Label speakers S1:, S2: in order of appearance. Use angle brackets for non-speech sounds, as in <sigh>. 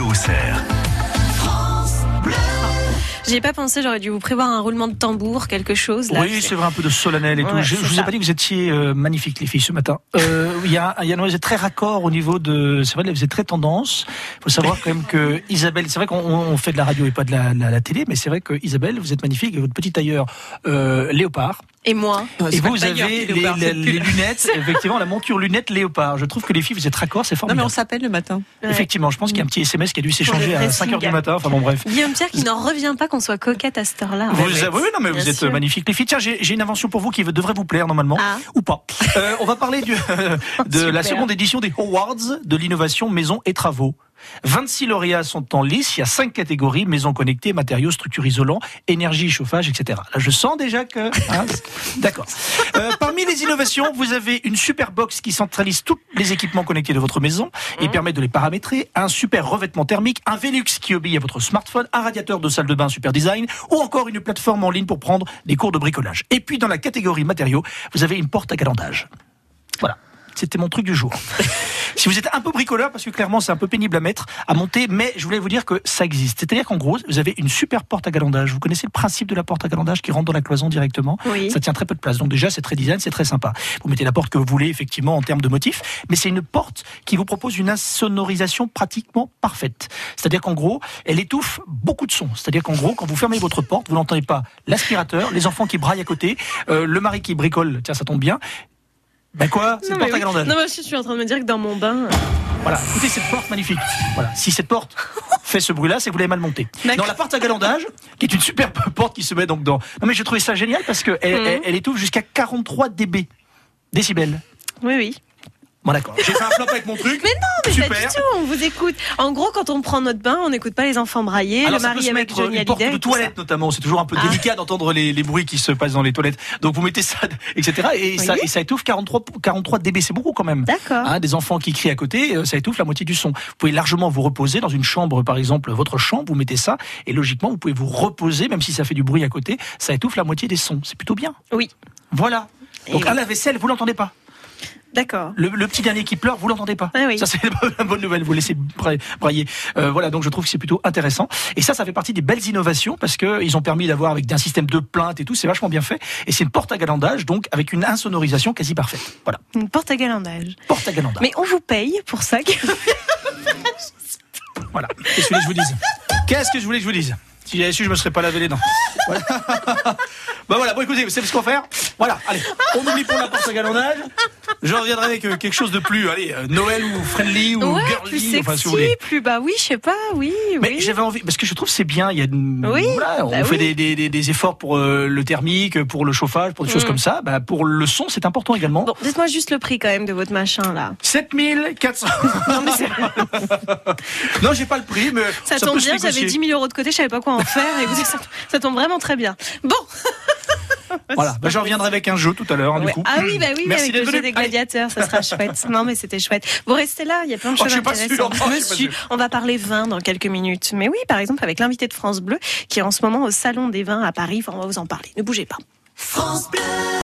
S1: concert.
S2: J'y ai pas pensé, j'aurais dû vous prévoir un roulement de tambour, quelque chose. Là.
S1: Oui, c'est vrai, un peu de solennel et tout.
S2: Ouais,
S1: je
S2: c'est
S1: je vous ai
S2: ça.
S1: pas dit que vous étiez euh, magnifiques, les filles, ce matin. Euh, <laughs> Il y a, il y a, non, vous êtes très raccord au niveau de. C'est vrai, là, vous êtes très tendance. Il faut savoir quand même que Isabelle, c'est vrai qu'on on fait de la radio et pas de la, la- la télé, mais c'est vrai que Isabelle, vous êtes magnifique et votre petit tailleur euh, léopard.
S2: Et moi
S1: Et vous, vous
S3: tailleur
S1: avez
S3: qui est
S1: les,
S3: léopard,
S1: les-
S3: c'est le pull.
S1: les
S3: <laughs>
S1: lunettes, effectivement, la monture lunette léopard. Je trouve que les filles, vous êtes raccord, c'est
S3: Non, mais
S1: formidable.
S3: on s'appelle le matin.
S2: Ouais.
S1: Effectivement, je pense qu'il y a un petit SMS qui a dû
S2: Pour
S1: s'échanger
S2: le
S1: à
S2: pressing.
S1: 5h du matin. Enfin bon, bref.
S2: Guillaume Pierre qui n'en revient pas qu'on soit coquette à cette heure-là.
S1: Vous, oui, oui,
S2: Ah,
S1: non, mais
S2: bah Bien
S1: vous êtes
S2: sûr.
S1: magnifique. Les filles, tiens, j'ai j'ai une invention pour vous qui devrait vous plaire normalement.
S2: Ah.
S1: Ou pas. Euh, on va parler
S2: <laughs>
S1: du- de la
S2: Super.
S1: seconde édition des Awards de l'innovation maison et travaux. 26 lauréats sont en lice. Il y a 5 catégories maison connectée, matériaux, structures isolants, énergie, chauffage, etc. Là, je sens déjà que. hein, D'accord. Euh, parmi les innovations, vous avez une super box qui centralise tous les équipements connectés de votre maison et permet de les paramétrer. Un super revêtement thermique, un Velux qui obéit à votre smartphone, un radiateur de salle de bain super design ou encore une plateforme en ligne pour prendre des cours de bricolage. Et puis, dans la catégorie matériaux, vous avez une porte à galandage. Voilà. C'était mon truc du jour. Si vous êtes un peu bricoleur, parce que clairement c'est un peu pénible à mettre, à monter, mais je voulais vous dire que ça existe. C'est-à-dire qu'en gros, vous avez une super porte à galandage. Vous connaissez le principe de la porte à galandage qui rentre dans la cloison directement.
S2: Oui.
S1: Ça tient très peu de place. Donc déjà, c'est très design, c'est très sympa. Vous mettez la porte que vous voulez, effectivement, en termes de motifs, mais c'est une porte qui vous propose une insonorisation pratiquement parfaite. C'est-à-dire qu'en gros, elle étouffe beaucoup de sons. C'est-à-dire qu'en gros, quand vous fermez votre porte, vous n'entendez pas l'aspirateur, les enfants qui braillent à côté, euh, le mari qui bricole, tiens, ça tombe bien. Ben quoi C'est
S2: Non,
S1: une
S2: mais
S1: porte à
S2: oui.
S1: galandage.
S2: Non, moi, je suis en train de me dire que dans mon bain. euh,
S1: Voilà, écoutez cette porte magnifique. Voilà, si cette
S2: <laughs>
S1: porte fait ce bruit-là, c'est que vous l'avez mal montée.
S2: D'accord.
S1: Dans la porte à galandage, qui est une superbe <laughs> porte qui se met donc dans. Non mais j'ai trouvé ça génial parce que elle,
S2: Mhm.
S1: elle- elle étouffe jusqu'à 43 dB décibels.
S2: Oui, oui.
S1: Bon d'accord. J'ai fait un flop avec mon truc.
S2: <laughs> Mais non, mais pas
S1: Super.
S2: du tout, on vous écoute. En gros, quand on prend notre bain, on n'écoute pas les enfants brailler, le
S1: Alors ça peut
S2: mari
S1: se
S2: avec
S1: mettre euh,
S2: Johnny
S1: une porte
S2: Hallyday.
S1: de
S2: et tout ça.
S1: toilette notamment, c'est toujours un peu
S2: Ah.
S1: délicat d'entendre les, les bruits qui se passent dans les toilettes. Donc vous mettez ça, <laughs> etc. Et, ça, et ça étouffe 43, 43 dB, c'est beaucoup quand même.
S2: D'accord.
S1: Hein, des enfants qui crient à côté, euh, ça étouffe la moitié du son. Vous pouvez largement vous reposer dans une chambre, par exemple, votre chambre, vous mettez ça, et logiquement, vous pouvez vous reposer, même si ça fait du bruit à côté, ça étouffe la moitié des sons. C'est plutôt bien.
S2: Oui,
S1: Voilà.
S2: Et
S1: Donc
S2: oui.
S1: un lave-vaisselle, vous l'entendez pas.
S2: d'accord.
S1: Le, le petit dernier qui pleure, vous l'entendez pas.
S2: Ah oui.
S1: Ça c'est <laughs> la bonne nouvelle. Vous laissez bra- brailler. Euh, voilà, donc je trouve que c'est plutôt intéressant. Et ça, ça fait partie des belles innovations parce que ils ont permis d'avoir avec un système de plainte et tout, c'est vachement bien fait. Et c'est une porte à galandage, donc avec une insonorisation quasi parfaite. Voilà,
S2: Une porte à galandage.
S1: porte à galandage.
S2: Mais on vous paye pour ça. que-
S1: Voilà. Qu'est-ce que je vous dise Qu'est-ce que je voulais que je vous dise Si j'avais su, je me serais pas lavé les <laughs> dents. Voilà. bah voilà, bon écoutez, vous savez ce qu'on va faire Voilà, allez, on oublie pour la porte à galonnade. Je reviendrai avec euh, quelque chose de plus, allez, euh, Noël ou friendly ou
S2: ouais,
S1: girly,
S2: plus sexy,
S1: enfin si vous voulez.
S2: plus bah oui, je sais pas, oui,
S1: Mais
S2: oui.
S1: j'avais envie, parce que je trouve que c'est bien, il y a une-
S2: Oui,
S1: voilà, on
S2: bah
S1: fait
S2: oui.
S1: des, des- des- des efforts pour euh, le thermique, pour le chauffage, pour des choses
S2: Mm.
S1: comme ça. Bah, pour le son, c'est important également.
S2: Bon, dites-moi juste le prix quand même de votre machin là.
S1: 7400
S2: Non, mais c'est-
S1: <laughs> Non, j'ai pas le prix, mais
S2: ça,
S1: ça
S2: tombe
S1: peut se
S2: bien, j'avais
S1: négocier.
S2: 10 000 euros de côté, je savais pas quoi en faire. Et écoutez, ça, <laughs> ça tombe vraiment très bien. Bon.
S1: <laughs> Voilà, bah, je reviendrai avec un jeu tout à l'heure, hein,
S2: Ouais.
S1: du coup.
S2: Ah oui, bah oui, mais
S1: Merci
S2: avec
S1: d'être
S2: le jeu
S1: venu.
S2: des
S1: Allez.
S2: gladiateurs, ça sera chouette. Non, mais c'était chouette. Vous restez là, il y a plein de
S1: Oh,
S2: choses
S1: je suis pas
S2: intéressantes.
S1: sûr. Oh, je suis pas
S2: Monsieur, on va parler vin dans quelques minutes. Mais oui, par exemple, avec l'invité de France Bleu, qui est en ce moment au Salon des Vins à Paris. Enfin, on va vous en parler. Ne bougez pas.